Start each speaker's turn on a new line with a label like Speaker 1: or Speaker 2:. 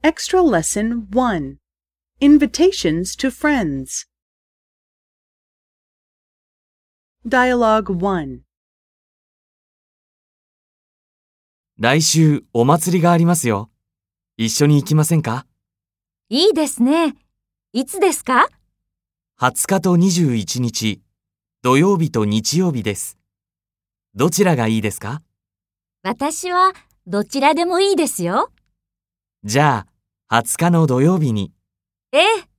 Speaker 1: Extra Lesson 1 Invitations to Friends. Dialogue 1.
Speaker 2: 来週お祭りがありますよ。一緒に行きませんか
Speaker 3: いいですね。いつですか
Speaker 2: ?20 日と21日、土曜日と日曜日です。どちらがいいですか
Speaker 3: 私はどちらでもいいですよ。
Speaker 2: じゃあ、20日の土曜日に。
Speaker 3: ええ。